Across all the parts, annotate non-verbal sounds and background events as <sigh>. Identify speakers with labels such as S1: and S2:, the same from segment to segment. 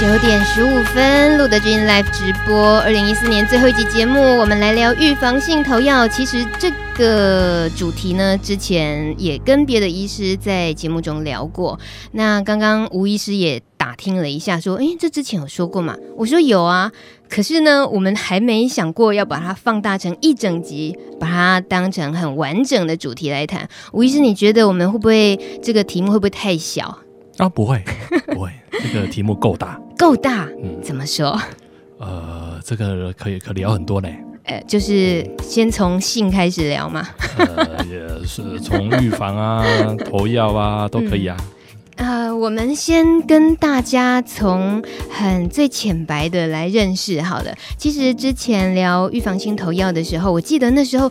S1: 九点十五分，陆德君 live 直播二零一四年最后一集节目，我们来聊预防性投药。其实这个主题呢，之前也跟别的医师在节目中聊过。那刚刚吴医师也打听了一下，说：“诶，这之前有说过嘛？”我说：“有啊。”可是呢，我们还没想过要把它放大成一整集，把它当成很完整的主题来谈。吴医师，你觉得我们会不会这个题目会不会太小？
S2: 啊，不会， <laughs> 不会，这个题目够大，
S1: 够大？
S2: 嗯，
S1: 怎么说？
S2: 呃，这个可以可聊很多嘞，
S1: 呃，就是先从性开始聊嘛。
S2: 呃，也是从预
S1: <laughs>
S2: 防啊、投药啊都可以啊。
S1: 呃，我们先跟大家从很最浅白的来认识好了。其实之前聊预防性投药的时候，我记得那时候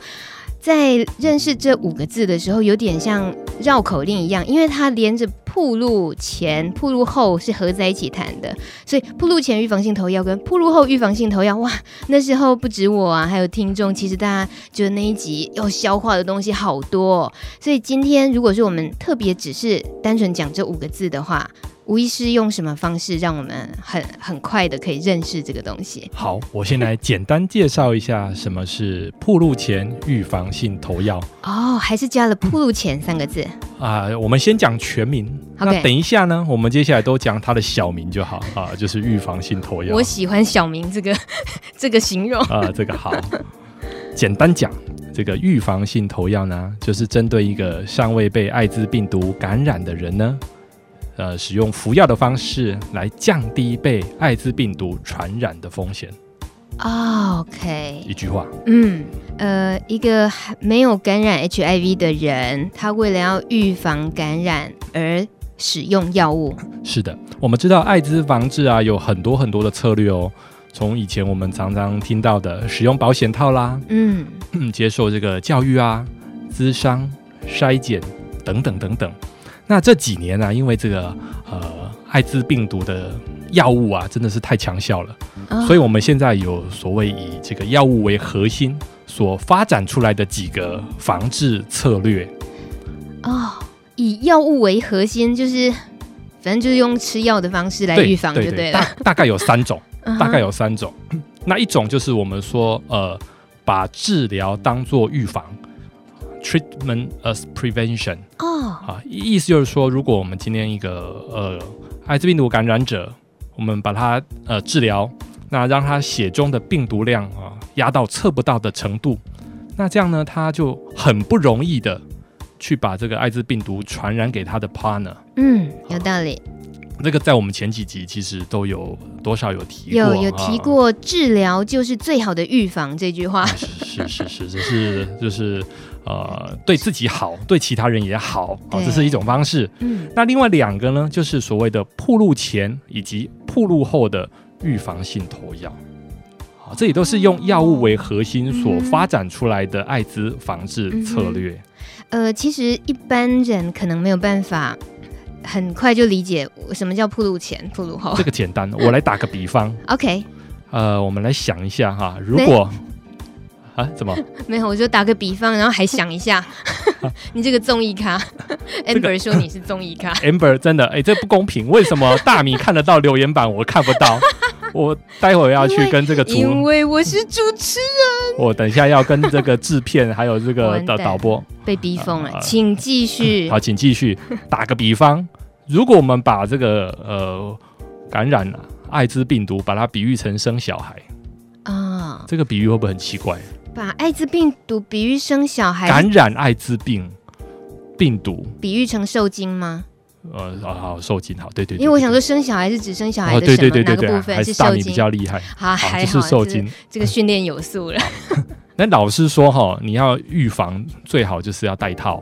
S1: 在认识这五个字的时候，有点像绕口令一样，因为它连着铺路前、铺路后是合在一起谈的，所以铺路前预防性投药跟铺路后预防性投药，哇，那时候不止我啊，还有听众，其实大家觉得那一集要消化的东西好多、哦。所以今天如果说我们特别只是单纯讲这五个字的话，吴医师用什么方式让我们很很快的可以认识这个东西？
S2: 好，我先来简单介绍一下什么是铺路前预防性投药
S1: 哦，还是加了“铺路前”三个字。
S2: 啊、我们先讲全名
S1: OK
S2: 那等一下呢，我们接下来都讲它的小名就好啊，就是预防性投药
S1: 我。喜欢小明这个 <laughs> 这个形容。
S2: 啊、这个好，简单讲，这个预防性投药呢，就是针对一个尚未被艾滋病毒感染的人呢，呃，使用服药的方式来降低被艾滋病毒传染的风险。
S1: 哦 OK，
S2: 一句话，
S1: 嗯，呃，一个还没有感染 HIV 的人，他为了要预防感染而使用药物。
S2: 是的，我们知道艾滋防治啊，有很多很多的策略哦。从以前我们常常听到的使用保险套啦，
S1: 嗯，
S2: 嗯，接受这个教育啊、咨商、筛检等等等等。那这几年呢、啊，因为这个呃艾滋病毒的药物啊，真的是太强效了，
S1: 哦
S2: 所以我们现在有所谓以这个药物为核心所发展出来的几个防治策略。
S1: 哦，以药物为核心，就是反正就是用吃药的方式来预防就
S2: 对
S1: 了。
S2: 大大概有三种，
S1: 嗯哼
S2: 大概有三种。 <clears throat> 那一种就是我们说呃，把治疗当做预防，treatment as prevention。
S1: 哦，
S2: 啊，意意思就是说，如果我们今天一个呃艾滋病毒感染者，我们把他呃治疗，那让他血中的病毒量啊压到测不到的程度，那这样呢，他就很不容易的去把这个艾滋病毒传染给他的 partner。
S1: 嗯，有道理，
S2: 这个在我们前几集其实都有多少有提过，
S1: 有有提
S2: 啊
S1: 过治疗就是最好的预防这句话。
S2: <laughs> 是是是，只是就是呃，对自己好，对其他人也好，啊，
S1: 对
S2: 这是一种方式。
S1: 嗯，
S2: 那另外两个呢，就是所谓的铺路前以及铺路后的预防性投药。啊，这也都是用药物为核心所
S1: 嗯
S2: 发展出来的艾滋防治策略。
S1: 呃，其实一般人可能没有办法很快就理解什么叫铺路前、铺路后
S2: 这。个简
S1: 哦
S2: 单，我来打个比方，
S1: <laughs>
S2: <laughs>
S1: OK，
S2: 呃，我们来想一下哈，如果啊怎么
S1: 没有，我就打个比方，然后还想一下， <laughs> 你这个综艺
S2: <laughs>
S1: 咖，amber 说你是综艺咖，
S2: Amber 真的，哎、这不公平！为什么大米看得到留言板，我看不
S1: <laughs>
S2: 到？我待会儿要去 <laughs> 跟这个
S1: 因
S2: 主，
S1: 为我是主持人，
S2: 我等一下要跟这个制片还有这个
S1: 完
S2: 导
S1: 蛋
S2: 导播，
S1: 被逼疯了，
S2: 啊
S1: 请继续。
S2: <laughs> 好，请继续。打个比方， <laughs> 如果我们把这个呃感染、啊、艾滋病毒，把它比喻成生小孩，
S1: 啊、
S2: 这个比喻会不会很奇怪？
S1: 把艾滋病毒比喻生小孩，
S2: 感染艾滋病病毒，
S1: 比喻成受精吗？
S2: 呃，好好受精，好，对对对
S1: 因为我想说，生小孩是指生小孩
S2: 哦，
S1: 的什么、
S2: 对对对对
S1: 哪个
S2: 对，
S1: 部
S2: 还
S1: 分
S2: 是大
S1: 受
S2: 米
S1: 精
S2: 比？较厉害，
S1: 啊，
S2: 好，
S1: 还
S2: 这
S1: 好
S2: 是受
S1: 这个
S2: 精。
S1: 这个训练有素了。
S2: 那老师说哈，你要预防最好就是要戴套，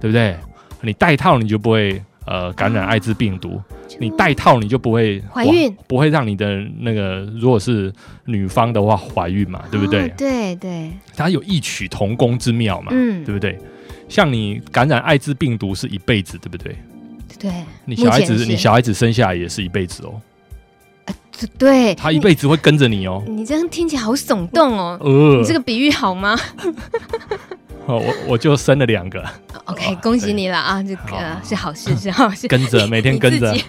S2: 对不对？你戴套你就不会呃感染艾滋病毒， <laughs> 你戴套你就不会
S1: 啊 <laughs> 怀孕，
S2: 不会让你的那个如果是女方的话怀孕嘛，对不对？
S1: 哦对对，
S2: 它有异曲同工之妙嘛，
S1: 嗯，
S2: 对不对？像你感染艾滋病毒是一辈子，对不对？
S1: 对，
S2: 你小孩
S1: 目
S2: 子
S1: 前是
S2: 你小孩子生下来也是一辈子哦，
S1: 对，
S2: 他一辈子会跟着你哦。
S1: 你你这样听起来好耸动哦。
S2: 呃
S1: 你这，个比喻好
S2: <laughs>
S1: 吗
S2: 哦我我就生了两个，
S1: ？OK，恭喜你了啊！这
S2: 哎好好
S1: 个 <laughs>
S2: 好
S1: 是好事，是好事。
S2: 跟着每天
S1: 你
S2: 跟着
S1: 自己。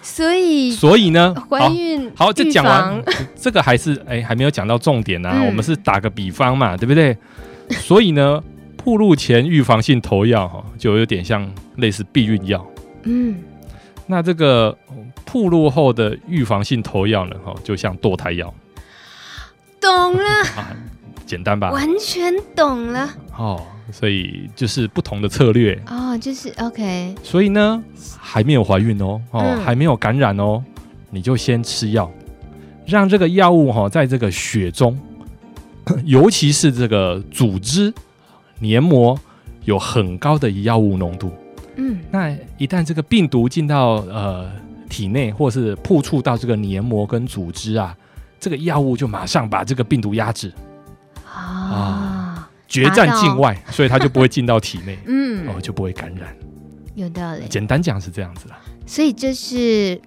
S1: 所以
S2: 所以呢，
S1: 怀
S2: <laughs> 好
S1: 孕
S2: 好，这
S1: 预
S2: 讲完
S1: 防
S2: <laughs> 这个还是哎、还没有讲到重点啊，
S1: 嗯
S2: 我们是打个比方嘛，对不对？所以呢，铺路前预防性投药哈，就有点像类似避孕药。
S1: 嗯
S2: 那这个呃铺路后的预防性投药呢，哈，就像堕胎药
S1: 懂了，
S2: 啊，简单吧？
S1: 完全懂了
S2: 哦，所以就是不同的策略。
S1: 哦，就是 OK，
S2: 所以呢，还没有怀孕哦，哦，
S1: 嗯
S2: 还没有感染哦，你就先吃药，让这个药物哈、在这个血中， <clears throat> 尤其是这个组织黏膜有很高的药物浓度。
S1: 嗯
S2: 那一旦这个病毒进到呃体内，或是碰触到这个黏膜跟组织啊，这个药物就马上把这个病毒压制，
S1: 啊，，
S2: 决战境外，所以它就不会进到体内
S1: 嗯，
S2: 哦，就不会感染。
S1: 有道理。
S2: 简单讲是这样子啦。
S1: 所以这是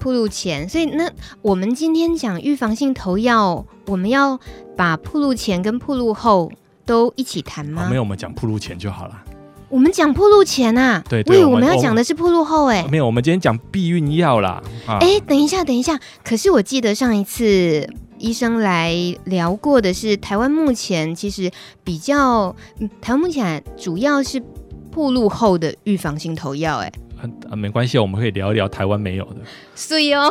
S1: 铺路前，所以那我们今天讲预防性投药，我们要把铺路前跟铺路后都一起谈
S2: 好，
S1: 吗？
S2: 啊没有，我们讲铺路前就好了。
S1: 我们讲铺路前啊，
S2: 对
S1: 我
S2: 对
S1: 以为
S2: 我
S1: 我
S2: 们
S1: 们要讲的是铺路后、哎、
S2: 哦没有，我们今天讲避孕药啦。啊，
S1: 哎、等一下，等一下，可是我记得上一次。医生来聊过的是，台湾目前其实比较，嗯台湾目前主要是铺路后的预防性投药，哎，
S2: 啊没关系，我们可以聊一聊台湾没有
S1: <laughs>
S2: 的。
S1: 所以哦，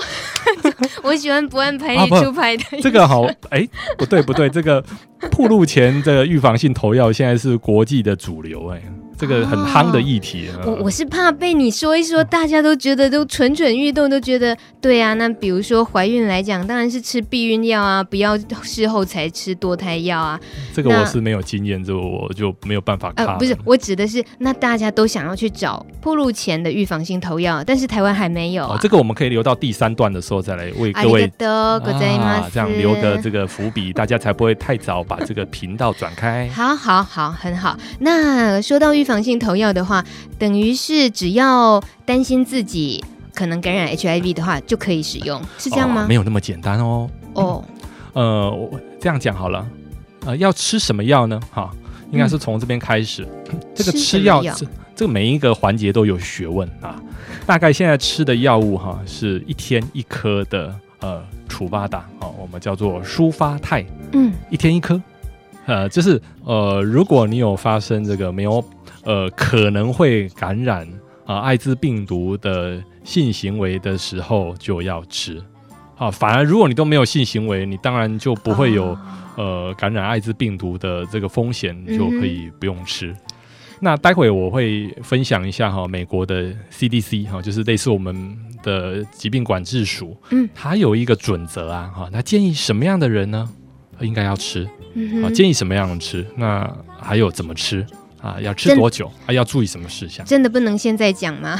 S1: 我喜欢不按牌
S2: 啊
S1: 理
S2: 不
S1: 出牌的。
S2: 这个好，哎，不对不对，这个铺路前的预防性投药现在是国际的主流，哎，这个很夯的议题。
S1: 哦
S2: 啊
S1: 我我是怕被你说一说，大家都觉得都蠢蠢欲动，都觉得对啊。那比如说怀孕来讲，当然是吃避孕药啊，不要事后才吃堕胎药啊。
S2: 这个
S1: 那
S2: 我是没有经验，这个我就没有办法看。
S1: 呃，不是，我指的是那大家都想要去找铺路前的预防性投药，但是台湾还没有
S2: 哦，
S1: 啊。
S2: 这个我们可以留到第三段的时候再来为
S1: 阿
S2: 各
S1: 里
S2: 位。
S1: 啊
S2: 啊
S1: 个多，ございます。
S2: 这样留个这个伏笔，大家才不会太早把这个频道转
S1: <laughs>
S2: 开。
S1: 好好好，很好。那说到预防性投药的话，等于是只要担心自己可能感染 HIV 的话，就可以使用，是这样
S2: 哦
S1: 吗
S2: 没？有那么简单哦。
S1: 哦，
S2: 呃，我这样讲好了，呃，要吃什么药呢？哈，应该是从这边开始。这个
S1: 嗯吃什
S2: 吃
S1: 么
S2: 药，
S1: 药
S2: 这这个每一个环节都有学问啊。大概现在吃的药物哈，是一天一颗的，呃，楚巴达哦，我们叫做舒发泰，
S1: 嗯，
S2: 一天一颗。呃，就是呃，如果你有发生这个没有呃可能会感染啊、艾滋病毒的性行为的时候，就要吃。好、反而如果你都没有性行为，你当然就不会有、
S1: 哦
S2: 呃感染艾滋病毒的这个风险，你
S1: 嗯
S2: 就可以不用吃。那待会我会分享一下哈，美国的 CDC 哈，就是类似我们的疾病管制署，
S1: 嗯
S2: 它有一个准则啊哈，它建议什么样的人呢，应该要吃
S1: 嗯
S2: 啊，
S1: 哼
S2: 建议什么样的吃，那还有怎么吃啊，要吃
S1: 真
S2: 多久啊，要注意什么事项，
S1: 真的不能现在讲吗？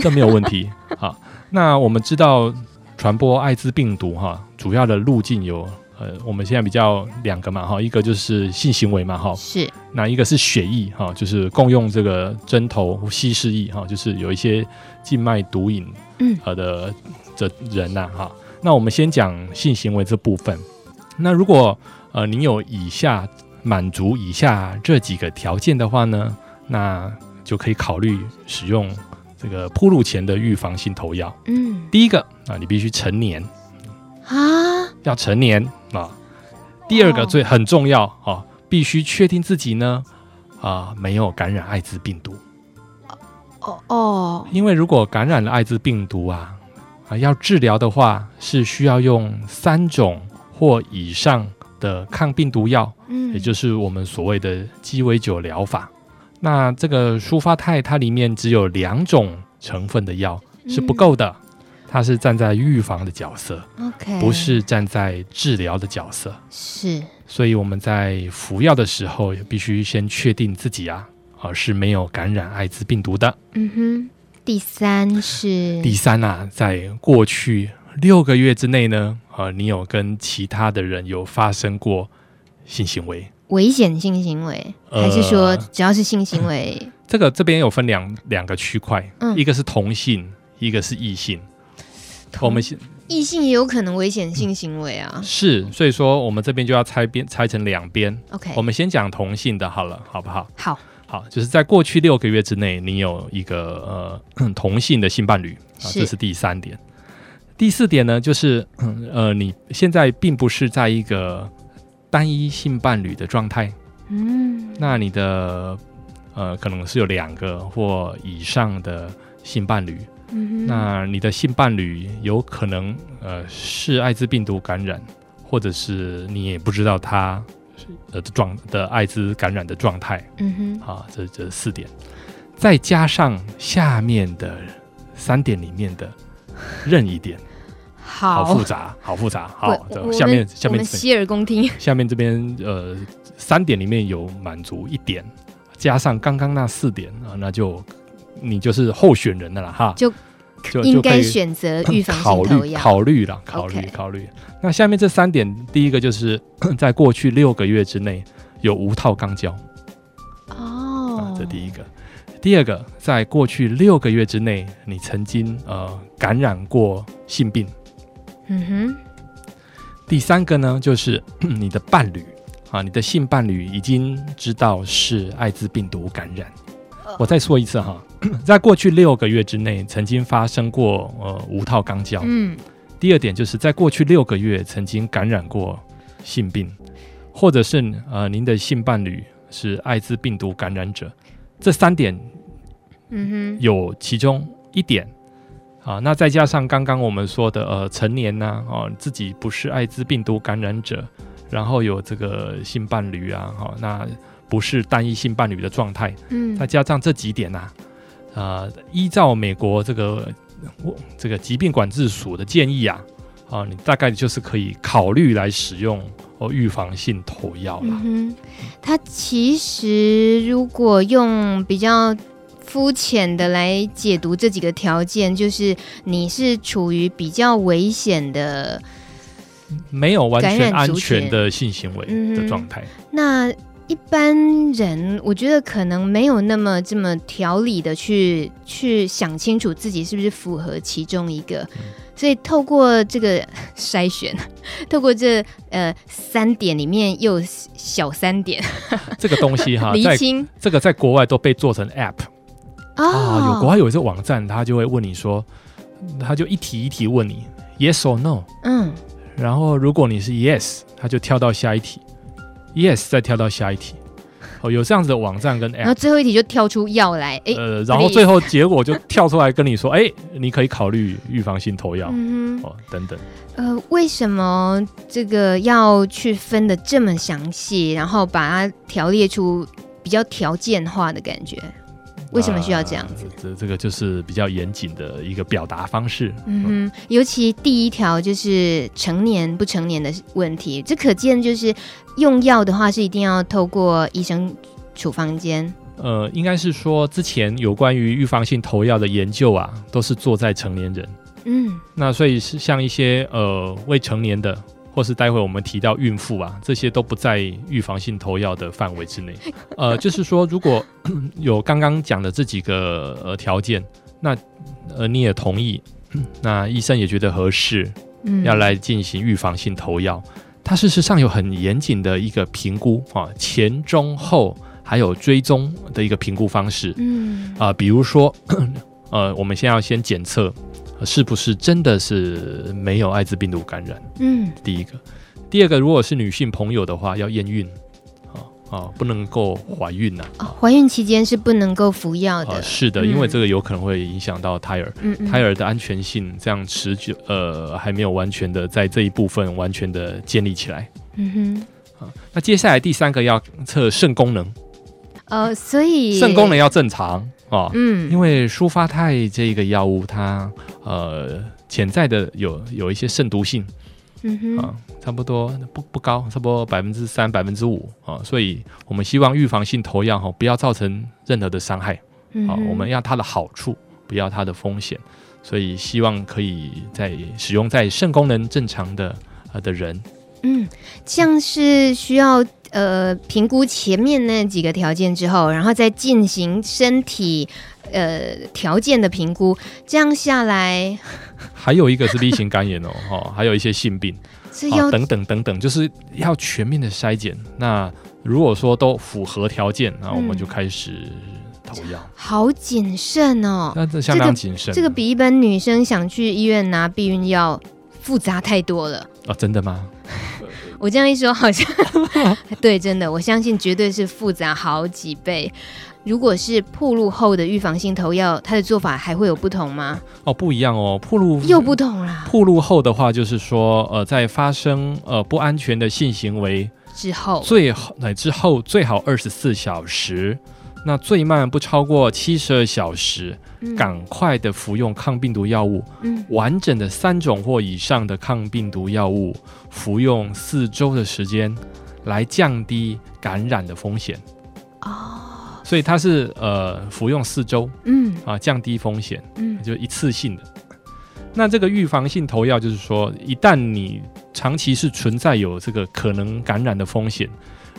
S2: 这没有问题啊。那我们知道传播艾滋病毒哈、主要的路径有呃，我们现在比较两个嘛哈，一个就是性行为嘛哈，
S1: 是，
S2: 那一个是血液哈、就是共用这个针头稀释液哈、就是有一些静脉毒瘾
S1: 嗯
S2: 呃的的人呐、哈、那我们先讲性行为这部分。那如果呃你有以下满足以下这几个条件的话呢，那就可以考虑使用这个铺路前的预防性投药。
S1: 嗯
S2: 第一个啊，你必须成年，
S1: 啊，
S2: 要成年啊。第二个
S1: 哦
S2: 最很重要啊，必须确定自己呢啊没有感染艾滋病毒，
S1: 哦哦，
S2: 因为如果感染了艾滋病毒啊啊要治疗的话，是需要用三种或以上的抗病毒药，
S1: 嗯，
S2: 也就是我们所谓的鸡尾酒疗法。那这个舒发泰它里面只有两种成分的药是不够的，它是站在预防的角色，
S1: 嗯 OK，
S2: 不是站在治疗的角色。
S1: 是，
S2: 所以我们在服药的时候，也必须先确定自己啊啊是没有感染艾滋病毒的。
S1: 嗯哼，第三是
S2: 第三啊，在过去六个月之内呢，啊你有跟其他的人有发生过性行为？
S1: 危险性行为，
S2: 呃
S1: 还是说只要是性行为，
S2: 这个这边有分两两个区块，
S1: 嗯
S2: 一个是同性，一个是异性。
S1: 同
S2: 我们先
S1: 异性也有可能危险性行为啊
S2: 是，所以说我们这边就要拆边拆成两边。
S1: ？OK，
S2: 我们先讲同性的好了，好不好？
S1: 好，
S2: 好，就是在过去六个月之内，你有一个呃嗯同性的性伴侣啊，
S1: 是
S2: 这是第三点。第四点呢，就是嗯呃，你现在并不是在一个单一性伴侣的状态，
S1: 嗯，
S2: 那你的呃可能是有两个或以上的性伴侣，
S1: 嗯哼
S2: 那你的性伴侣有可能呃是艾滋病毒感染，或者是你也不知道他呃的状的艾滋感染的状态
S1: 嗯哼，
S2: 啊，这这四点，再加上下面的三点里面的任意点，好
S1: 好
S2: 复，杂，好复杂，好
S1: 我，
S2: 这
S1: 我
S2: 下面
S1: 们
S2: 下
S1: 我们
S2: 面
S1: 洗耳恭听，
S2: 下面这边呃三点里面有满足一点，加上刚刚那四点啊，那就你就是候选人的了啦哈，
S1: 就
S2: 就
S1: 应
S2: 就可
S1: 该
S2: 以
S1: 选择
S2: <clears throat>
S1: 预防
S2: 考
S1: 性头
S2: 虑
S1: 药。
S2: 考虑啦，考虑
S1: OK
S2: 考虑。那下面这三点，第一个就是 <clears throat> 在过去六个月之内有无套肛交、啊
S1: 哦，，
S2: 这第一个。第二个，在过去六个月之内，你曾经呃感染过性病。
S1: 嗯哼，
S2: 第三个呢，就是 <clears throat> 你的伴侣啊，你的性伴侣已经知道是艾滋病毒感染。
S1: 哦
S2: 我再说一次哈， <clears throat> 在过去六个月之内曾经发生过呃无套肛交。
S1: 嗯，
S2: 第二点就是在过去六个月曾经感染过性病，或者是呃您的性伴侣是艾滋病毒感染者，这三点
S1: 嗯哼，
S2: 有其中一点啊，那再加上刚刚我们说的呃成年呐、哦自己不是艾滋病毒感染者，然后有这个性伴侣啊，好、那不是单一性伴侣的状态，
S1: 嗯，
S2: 再加上这几点呐、啊，呃，依照美国这个我这个疾病管制署的建议啊，啊，你大概就是可以考虑来使用哦预防性投药啦。
S1: 嗯哼，它其实如果用比较肤浅的来解读这几个条件，就是你是处于比较危险的，
S2: 没有完
S1: 嗯感
S2: 全
S1: 染
S2: 安
S1: 族群嗯
S2: 全的性行为的状态。
S1: 那一般人我觉得可能没有那么这么条理的去去想清楚自己是不是符合其中一个。所以透过这个筛选， <laughs> 透过这呃三点里面又有小三点
S2: 这个东
S1: <laughs>
S2: 西哈，
S1: 厘
S2: 啊在
S1: 清
S2: 这个在国外都被做成 app 啊，有国
S1: 哦
S2: 外有一些网站，他就会问你说，他就一题一题问你 yes or no，
S1: 嗯
S2: 然后如果你是 yes，他就跳到下一题，yes 再跳到下一题。哦，有这样子的网站跟
S1: 然后
S2: app，
S1: 最后一题就跳出药来，诶，
S2: 呃，然后
S1: <laughs>
S2: 最后结果就跳出来跟你说，哎、你可以考虑预防性投药、
S1: 嗯
S2: 哦，等等。
S1: 哼，呃，为什么这个要去分的这么详细，然后把它条列出比较条件化的感觉？为什么需要这样子？
S2: 呃这这个就是比较严谨的一个表达方式。
S1: 嗯哼，尤其第一条就是成年不成年的问题，这可见就是用药的话是一定要透过医生处方间。
S2: 呃，应该是说之前有关于预防性投药的研究啊，都是做在成年人。
S1: 嗯
S2: 那所以是像一些呃未成年的，或是待会我们提到孕妇啊，这些都不在预防性投药的范围之内。呃，就是说，如果 <coughs> 有刚刚讲的这几个呃条件，那呃你也同意，那医生也觉得合适，
S1: 嗯，
S2: 要来进行预防性投药。它事实上有很严谨的一个评估啊，前、中、后还有追踪的一个评估方式。
S1: 嗯
S2: 啊、比如说， <clears throat> 呃，我们先要先检测呃是不是真的是没有艾滋病毒感染，
S1: 嗯
S2: 第一个。第二个，如果是女性朋友的话，要验孕，啊、啊、不能够怀孕呐、
S1: 哦怀孕期间是不能够服药
S2: 啊。
S1: 的。
S2: 是的，因为
S1: 嗯
S2: 这个有可能会影响到胎儿，
S1: 嗯嗯，
S2: 胎儿的安全性这样持久，呃，还没有完全的在这一部分完全的建立起来。啊
S1: 嗯哼。
S2: 那接下来第三个要测肾功能，
S1: 呃，所以
S2: 肾功能要正常啊，
S1: 嗯，
S2: 因为舒发泰这个药物它，呃潜在的有有一些肾毒性
S1: 嗯哼，
S2: 啊，差不多不不高，差不多百分之三百分之五啊，所以我们希望预防性投药哈、不要造成任何的伤害
S1: 嗯
S2: 啊，
S1: 哼
S2: 我们要它的好处，不要它的风险，所以希望可以在使用在肾功能正常的呃的人，
S1: 嗯，像是需要呃评估前面那几个条件之后，然后再进行身体呃条件的评估，这样下来
S2: 还有一个是 B 型肝炎哦，哦，还有一些性病。
S1: 这
S2: 啊，
S1: 要、
S2: 等等等等，就是要全面的筛检。那如果说都符合条件，那我们
S1: 嗯
S2: 就开始投药，
S1: 好谨慎哦。
S2: 那这相当谨慎。
S1: 嗯这个比一般女生想去医院拿避孕药复杂太多了。
S2: 哦，真的吗？
S1: 我这样一说，
S2: <laughs>
S1: 好像对，真的，我相信绝对是复杂好几倍。如果是暴露后的预防性投药，它的做法还会有不同吗？
S2: 哦，不一样哦，暴露
S1: 又不同啦。
S2: 暴露后的话，就是说，呃，在发生呃不安全的性行为
S1: 之后，
S2: 最好乃至后最好二十四小时，那最慢不超过七十二小时，
S1: 嗯
S2: 赶快的服用抗病毒药物，
S1: 嗯
S2: 完整的三种或以上的抗病毒药物，服用四周的时间，来降低感染的风险。
S1: 哦，
S2: 所以它是呃服用四周
S1: 嗯
S2: 啊，降低风险。
S1: 嗯
S2: 就一次性的。那这个预防性投药就是说，一旦你长期是存在有这个可能感染的风险，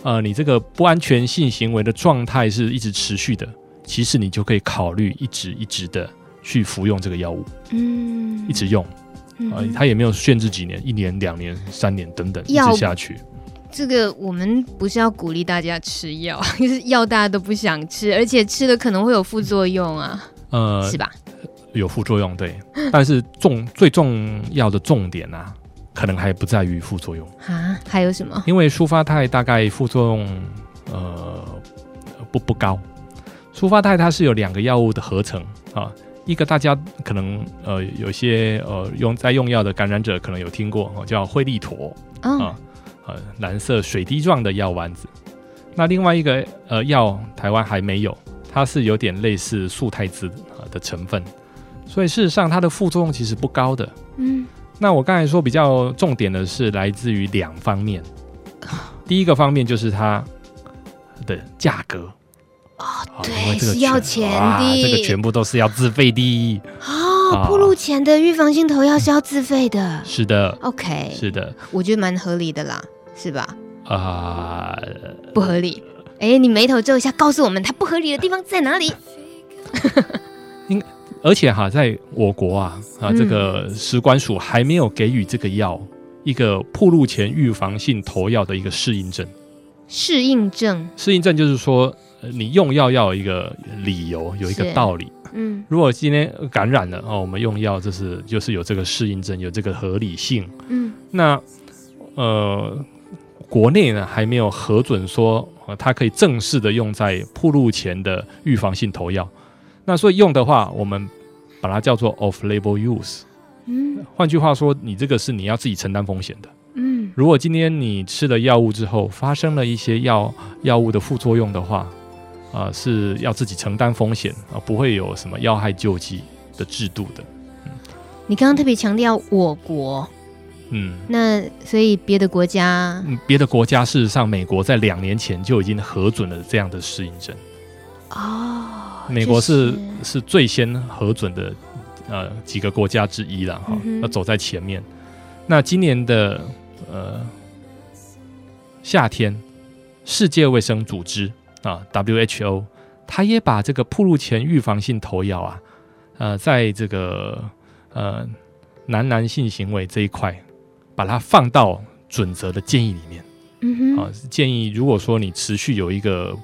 S2: 呃，你这个不安全性行为的状态是一直持续的，其实你就可以考虑一直一直的去服用这个药物，
S1: 嗯，
S2: 一直用，
S1: 嗯
S2: 呃，它也没有限制几年，一年、两年、三年等等，一
S1: 药
S2: 直
S1: 物
S2: 下去。
S1: 这个我们不是要鼓励大家吃药， <laughs> 就是药大家都不想吃，而且吃了可能会有副作用啊，
S2: 呃
S1: 是，吧？
S2: 有副作用，对，但是重最重要的重点啊，可能还不在于副作用。
S1: 啊，还有什么？
S2: 因为舒发肽大概副作用呃不不高，舒发肽它是有两个药物的合成啊，一个大家可能呃有些呃用在用药的感染者可能有听过哦，叫惠利妥
S1: 嗯、
S2: 啊，呃蓝色水滴状的药丸子。那另外一个呃药台湾还没有，它是有点类似速太子啊的成分，所以事实上它的副作用其实不高的。
S1: 嗯，
S2: 那我刚才说比较重点的是来自于两方面，
S1: 啊
S2: 第一个方面就是它的价格哦
S1: 对
S2: 因为这个
S1: 是要
S2: 全
S1: 钱
S2: 哇
S1: 的
S2: 这个全部都是要自费的。
S1: 哦，
S2: 啊
S1: 暴露前的预防性投药是要自费的、
S2: 是的，
S1: o k
S2: 是的，
S1: 我觉得蛮合理的啦，是吧？
S2: 啊、
S1: 不合理。哎、你眉头皱一下，告诉我们它不合理的地方在哪里？
S2: 而且哈，在我国啊啊，
S1: 嗯
S2: 这个食管署还没有给予这个药一个铺路前预防性投药的一个适应症。
S1: 适应症，
S2: 适应症就是说，呃你用药要有一个理由，有一个
S1: 是
S2: 道理。
S1: 嗯
S2: 如果今天感染了哦，我们用药就是就是有这个适应症，有这个合理性。
S1: 嗯
S2: 那呃，国内呢还没有核准说、呃它可以正式的用在铺路前的预防性投药。那所以用的话，我们把它叫做 off-label use。
S1: 嗯
S2: 换句话说，你这个是你要自己承担风险的。
S1: 嗯，
S2: 如果今天你吃了药物之后发生了一些药药物的副作用的话，啊、是要自己承担风险啊、不会有什么要害救济的制度的。
S1: 你刚刚特别强调我国，
S2: 嗯
S1: 那所以别的国家
S2: 嗯，别的国家事实上，美国在两年前就已经核准了这样的适应症，
S1: 哦，
S2: 美国是
S1: 就是
S2: 最先核准的呃几个国家之一了哈
S1: 嗯哼，
S2: 啊要、走在前面。那今年的呃夏天，世界卫生组织啊 WHO，它也把这个暴露前预防性投药啊，呃，在这个呃男男性行为这一块，把它放到准则的建议里面。
S1: 嗯
S2: 啊
S1: 哼，，
S2: 建议如果说你持续有一个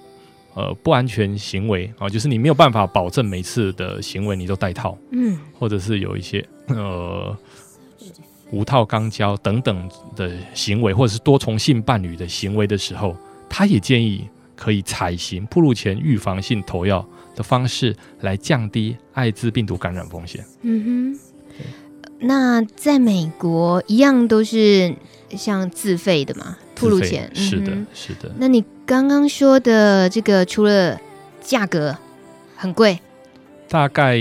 S2: 呃不安全行为啊，就是你没有办法保证每次的行为你都戴套，
S1: 嗯
S2: 或者是有一些呃无套肛交等等的行为，或者是多重性伴侣的行为的时候，他也建议可以采行暴露前预防性投药的方式来降低艾滋病毒感染风险。
S1: 嗯哼。那在美国一样都是像自费的嘛，铺路
S2: 自费
S1: 钱
S2: 是的
S1: 嗯哼，
S2: 是的。
S1: 那你刚刚说的这个，除了价格很贵
S2: 大概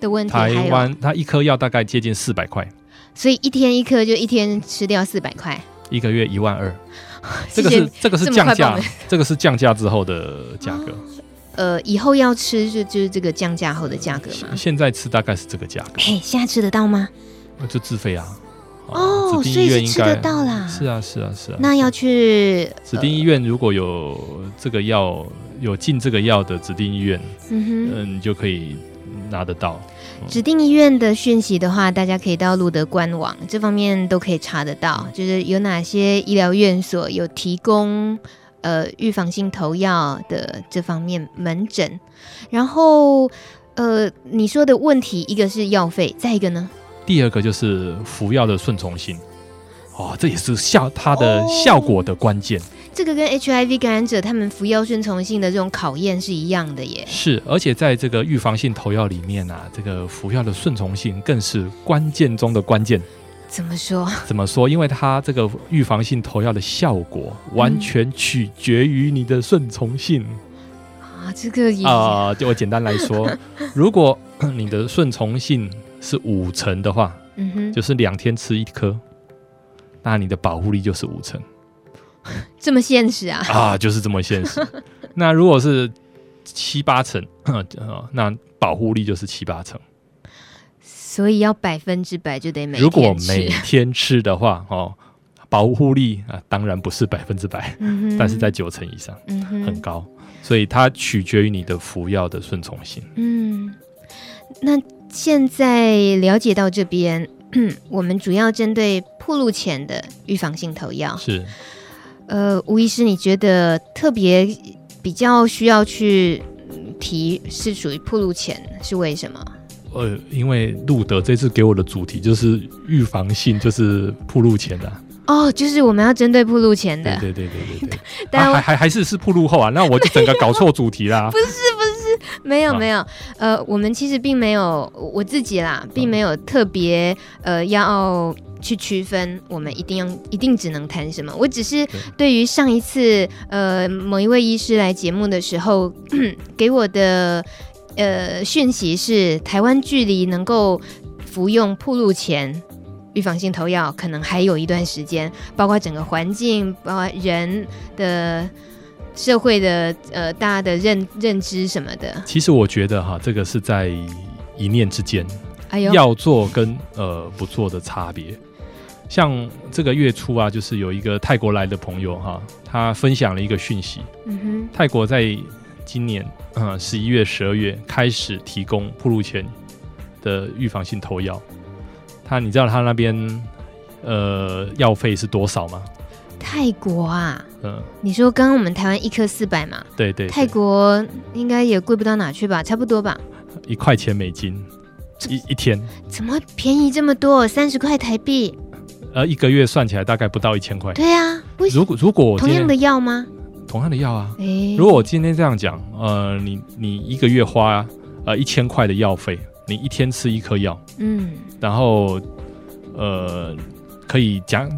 S1: 的问题，还
S2: 台
S1: 有，
S2: 湾它一颗药大概接近四百块，
S1: 所以一天一颗就一天吃掉四百块，
S2: 一个月一万
S1: <laughs>
S2: 二。 <laughs> 这
S1: 谢
S2: 个
S1: 谢
S2: 是这个是
S1: 这么
S2: 降
S1: 快帮
S2: 价
S1: 我们，
S2: 这个是降价之后的价格。
S1: 呃，以后要吃就就是这个降价后的价格嘛
S2: 现。现在吃大概是这个价格，
S1: 哎、现在吃得到吗？
S2: 呃就自费啊。啊
S1: 哦，
S2: 指
S1: 所
S2: 定医
S1: 以
S2: 院
S1: 是
S2: 应
S1: 吃得
S2: 该
S1: 到啦。
S2: 是啊是啊是啊。
S1: 那要去呃
S2: 指定医院如果有这个药有进这个药的指定医院，
S1: 嗯哼，
S2: 嗯，你就可以拿得到。
S1: 指定医院的讯息的话，大家可以到路德官网这方面都可以查得到，就是有哪些医疗院所有提供呃预防性投药的这方面门诊。然后呃，你说的问题一个是药费，再一个呢？
S2: 第二个就是服药的顺从性，哦，这也是效它
S1: 哦
S2: 的效果的关键。
S1: 这个跟 HIV 感染者他们服药顺从性的这种考验是一样的耶。
S2: 是，而且在这个预防性投药里面啊，这个服药的顺从性更是关键中的关键。
S1: 怎么说？
S2: 怎么说？因为它这个预防性投药的效果完全取决于你的顺从性
S1: 啊，这个也、
S2: 啊、就我简单来
S1: <laughs>
S2: 说，如果你的顺从性是五成的话，
S1: 嗯哼，
S2: 就是两天吃一颗，那你的保护力就是五
S1: <laughs>
S2: 成
S1: 这么现实啊？
S2: 啊，就是这么
S1: <laughs>
S2: 现实。那如果是七八成， <laughs> 呃那保护力就是七八成。
S1: 所以要百分之百就得每
S2: 如果
S1: 天吃
S2: 每天吃的话，哦，保护力啊，当然不是百分之百，
S1: 嗯哼
S2: 但是在九成以上，
S1: 嗯哼
S2: 很高。所以它取决于你的服药的顺从性。
S1: 嗯，那现在了解到这边， <clears throat> 我们主要针对暴露前的预防性投药。
S2: 是，
S1: 呃，吴医师，你觉得特别比较需要去嗯提是属于暴露前，是为什么？
S2: 呃，因为路德这次给我的主题就是预防性，就是铺路前的、啊，
S1: 哦，就是我们要针对暴露前
S2: 对
S1: 的，
S2: 对对对对对。
S1: <laughs> 但
S2: 啊、
S1: 我哎
S2: 还还还是是铺路后啊，那我就整个搞错主
S1: <laughs>
S2: 题啦。
S1: 没有
S2: 啊
S1: 没有，呃，我们其实并没有我我自己啦，并没有特别呃要去区分我们一定要一定只能谈什么。我只是对于上一次呃某一位医师来节目的时候 <clears throat> 给我的呃讯息是，台湾距离能够服用铺路前。预防性投药可能还有一段时间，包括整个环境，包括人的社会的呃大家的认认知什么的，
S2: 其实我觉得哈，这个是在一念之间，
S1: 哎呦，
S2: 要做跟呃不做的差别。像这个月初啊，就是有一个泰国来的朋友哈、他分享了一个讯息，
S1: 嗯
S2: 泰国在今年嗯十一月、十二月开始提供铺路前的预防性投药。他你知道他那边呃药费是多少吗？
S1: 哼，泰国啊，
S2: 嗯、
S1: 你说刚刚我们台湾一颗四百嘛，
S2: 对对对
S1: 泰国应该也贵不到哪去吧，差不多吧？
S2: 一块钱美金一一天，
S1: 怎么便宜这么多？三十块台币？
S2: 呃一个月算起来大概不到一千块。
S1: 对啊，为什
S2: 如果如果我今
S1: 同
S2: 天
S1: 样的药吗？
S2: 同样的药啊，
S1: 哎，
S2: 如果我今天这样讲，呃，你你一个月花呃一千块的药费，你一天吃一颗药，
S1: 嗯
S2: 然后呃可以讲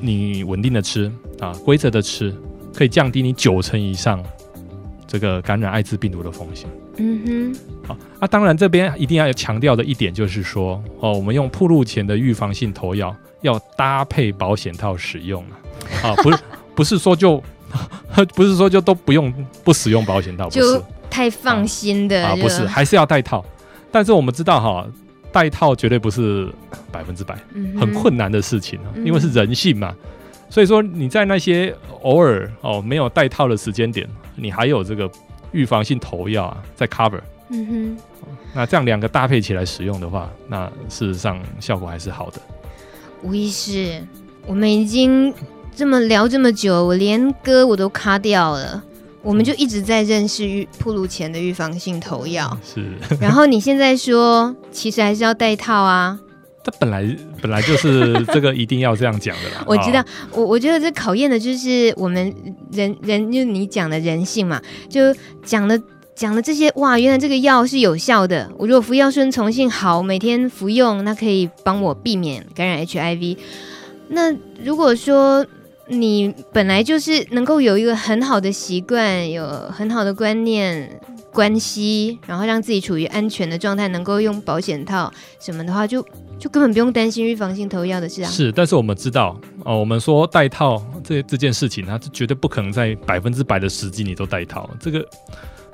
S2: 你稳定的吃啊，规则的吃，可以降低你九成以上这个感染艾滋病毒的风险。
S1: 嗯
S2: 好，那、当然这边一定要强调的一点就是说，哦，我们用铺路前的预防性投药要搭配保险套使用啊，啊，不是 <laughs> 不是说就不是说就都不用不使用保险套，不
S1: 就是哼，太放心的
S2: 啊，
S1: 就
S2: 不是，还是要戴套。但是我们知道哈，戴套绝对不是百分之百，
S1: 嗯哼
S2: 很困难的事情啊，
S1: 嗯
S2: 因为是人性嘛。所以说你在那些偶尔哦没有戴套的时间点，你还有这个预防性投药啊，在 cover。
S1: 嗯哼。
S2: 那这样两个搭配起来使用的话，那事实上效果还是好的。
S1: 吴医师，我们已经这么聊这么久，我连歌我都卡掉了。我
S2: 嗯
S1: 们就一直在认识预铺路前的预防性投药，
S2: 是， <laughs>
S1: 然后你现在说，其实还是要戴套啊。
S2: 这本来本来就是这个一定要这样讲的啦。
S1: <laughs> 我知道
S2: 啊，
S1: 我我觉得这考验的就是我们人人，就是你讲的人性嘛，就讲的讲的这些，哇，原来这个药是有效的。我如果服药顺从性好，每天服用，那可以帮我避免感染 HIV。那如果说你本来就是能够有一个很好的习惯，有很好的观念。关系，然后让自己处于安全的状态，能够用保险套什么的话，就就根本不用担心预防性投药的事啊。
S2: 是，但是我们知道哦，我们说戴套这这件事情，它是绝对不可能在百分之百的时机你都戴套，这个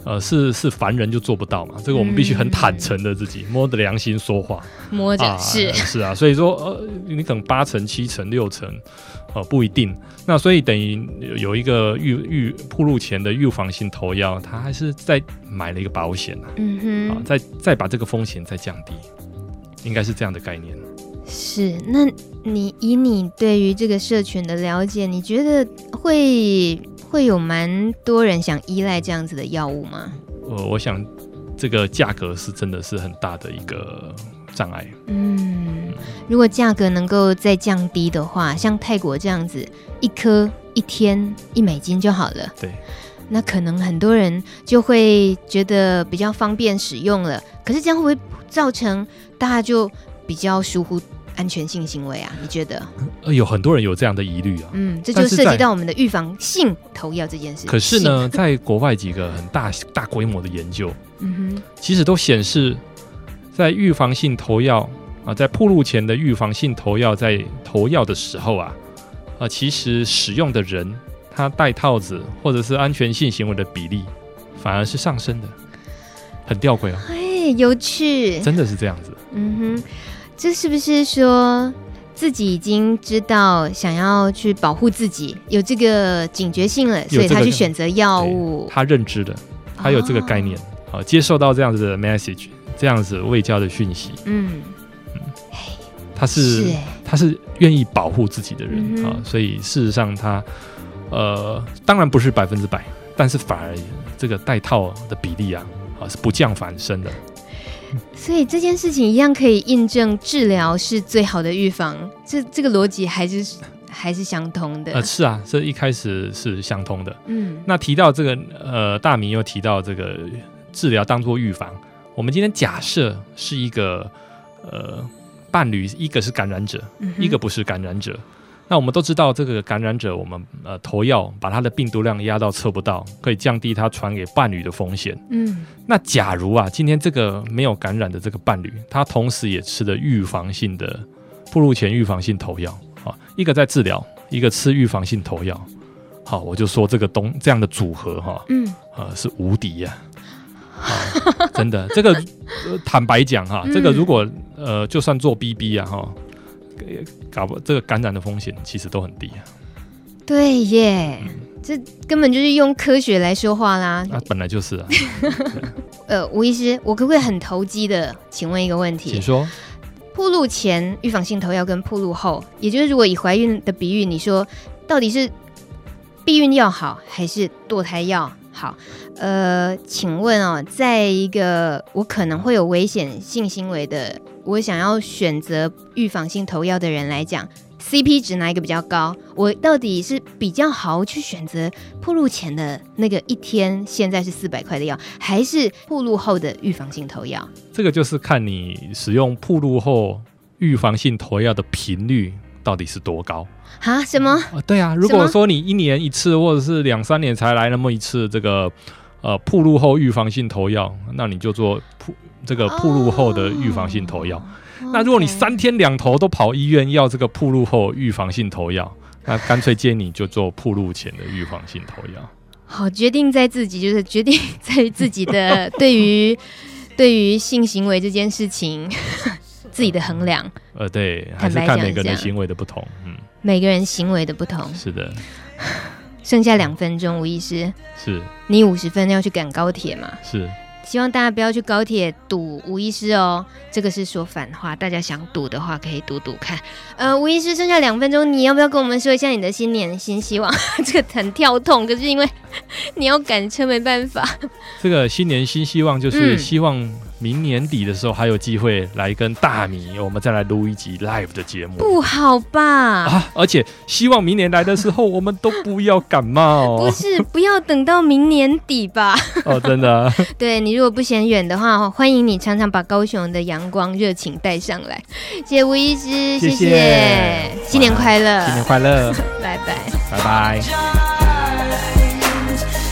S2: 呃是是凡人就做不到嘛。这个我们必须很坦诚的自己、摸着良心说话
S1: 摸着、
S2: 啊，
S1: 是
S2: 呃，是啊，所以说呃，你可能八成、七成、六成，呃不一定。那所以等于有有一个预预铺路前的预防性投药，他还是在买了一个保险啊，
S1: 嗯
S2: 啊
S1: 哼，
S2: 再再把这个风险再降低，应该是这样的概念。
S1: 是。那你以你对于这个社群的了解，你觉得会会有蛮多人想依赖这样子的药物吗？
S2: 呃，我想这个价格是真的是很大的一个障碍。
S1: 嗯，如果价格能够再降低的话，像泰国这样子，一颗一天一美金就好了。
S2: 对，
S1: 那可能很多人就会觉得比较方便使用了。可是这样会不会造成大家就比较疏忽安全性行为啊？你觉得？
S2: 呃，有很多人有这样的疑虑啊。
S1: 嗯，这
S2: 但
S1: 就是涉及
S2: 在
S1: 到我们的预防性投药这件事。
S2: 可是
S1: 性，
S2: 呢，在国外几个很大大规模的研究，
S1: 嗯
S2: 其实都显示，在预防性投药啊，在铺路前的预防性投药，在投药的时候啊，啊，其实使用的人他戴套子或者是安全性行为的比例反而是上升的，很吊诡哦，
S1: 哼，哎，有趣。
S2: 真的是这样子。
S1: 嗯哼，这是不是说自己已经知道想要去保护自己，有这个警觉性了，
S2: 有
S1: 所以
S2: 这
S1: 他
S2: 个
S1: 去选择药物？哦
S2: 他认知的，他有这个概念，啊，接受到这样子的 message，这样子未教的讯息，
S1: 嗯，
S2: 他是
S1: 是哎
S2: 他是愿意保护自己的人
S1: 嗯
S2: 啊、
S1: 哼
S2: 所以事实上他呃，当然不是百分之百，但是反而这个带套的比例啊啊是不降反升的，
S1: 所以这件事情一样可以印证治疗是最好的预防，这这个逻辑还是还是相通的。
S2: 呃，是啊，这一开始是相通的。
S1: 嗯，
S2: 那提到这个呃，大明又提到这个治疗当做预防，我们今天假设是一个呃伴侣，一个是感染者，
S1: 嗯哼
S2: 一个不是感染者。那我们都知道，这个感染者，我们呃投药把他的病毒量压到测不到，可以降低他传给伴侣的风险。
S1: 嗯
S2: 那假如啊，今天这个没有感染的这个伴侣，他同时也吃了预防性的步入前预防性投药啊，一个在治疗，一个吃预防性投药。好，我就说这个东这样的组合哈、
S1: 嗯，
S2: 呃，是无敌呀、啊！真的， <laughs> 这个、呃坦白讲哈、
S1: 嗯
S2: 这个如果呃，就算做 BB 啊哈，搞不这个感染的风险其实都很低啊。
S1: 对耶。这根本就是用科学来说话啦！
S2: 那、本来就是啊，
S1: 呃，吴医师，我可不可以很投机的请问一个问题？
S2: 请说。
S1: 铺路前预防性投药跟铺路后，也就是如果以怀孕的比喻，你说到底是避孕药好还是堕胎药好？呃，请问哦，在一个我可能会有危险性行为的，我想要选择预防性投药的人来讲，CP 值哪一个比较高？我到底是比较好去选择铺路前的那个一天现在是四百块的药，还是铺路后的预防性投药？
S2: 这个就是看你使用铺路后预防性投药的频率到底是多高
S1: 啊？什么？
S2: 啊、对啊，如果说你一年一次，或者是两三年才来那么一次这个呃铺路后预防性投药，那你就做铺这个铺路后的预防性投药。那如果你
S1: OK
S2: 三天两头都跑医院要这个铺路后预防性投药，那干脆建议你就做铺路前的预防性投药。
S1: 好，决定在自己，就是决定在自己 <laughs> 的对于对于性行为这件事情自己的衡量，
S2: 呃，对，还是
S1: 坦白
S2: 看
S1: 讲
S2: 每个
S1: 这
S2: 人的
S1: 样
S2: 行为的不同。嗯，
S1: 每个人行为的不同。
S2: 是的，
S1: 剩下两分钟，吴医师，
S2: 是
S1: 你五十分要去赶高铁嘛？
S2: 是，
S1: 希望大家不要去高铁堵吴医师哦，这个是说反话，大家想堵的话可以堵堵看。呃，吴医师剩下两分钟，你要不要跟我们说一下你的新年新希望？ <laughs> 这个很跳痛，可是因为你要赶车没办法。
S2: 这个新年新希望，就是
S1: 嗯
S2: 希望明年底的时候还有机会来跟大米，我们再来录一集 live 的节目
S1: 不好吧？
S2: 啊！而且希望明年来的时候，我们都不要感
S1: <laughs>
S2: 冒
S1: 不
S2: 哦，
S1: 是，不要等到明年底吧。 <laughs>
S2: 哦真的，
S1: 对你如果不嫌远的话，欢迎你常常把高雄的阳光热情带上来。谢谢吴医师，谢
S2: 谢谢
S1: 谢，新年快乐，
S2: 新年
S1: <laughs>
S2: 快乐，
S1: 拜拜。
S2: 拜拜。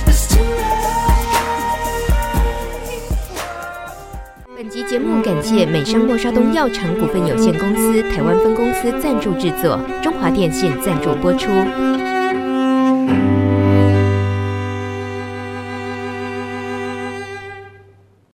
S3: It's too late.
S4: 本集节目感谢美商诺沙东药厂股份有限公司台湾分公司赞助制作，中华电信赞助播出。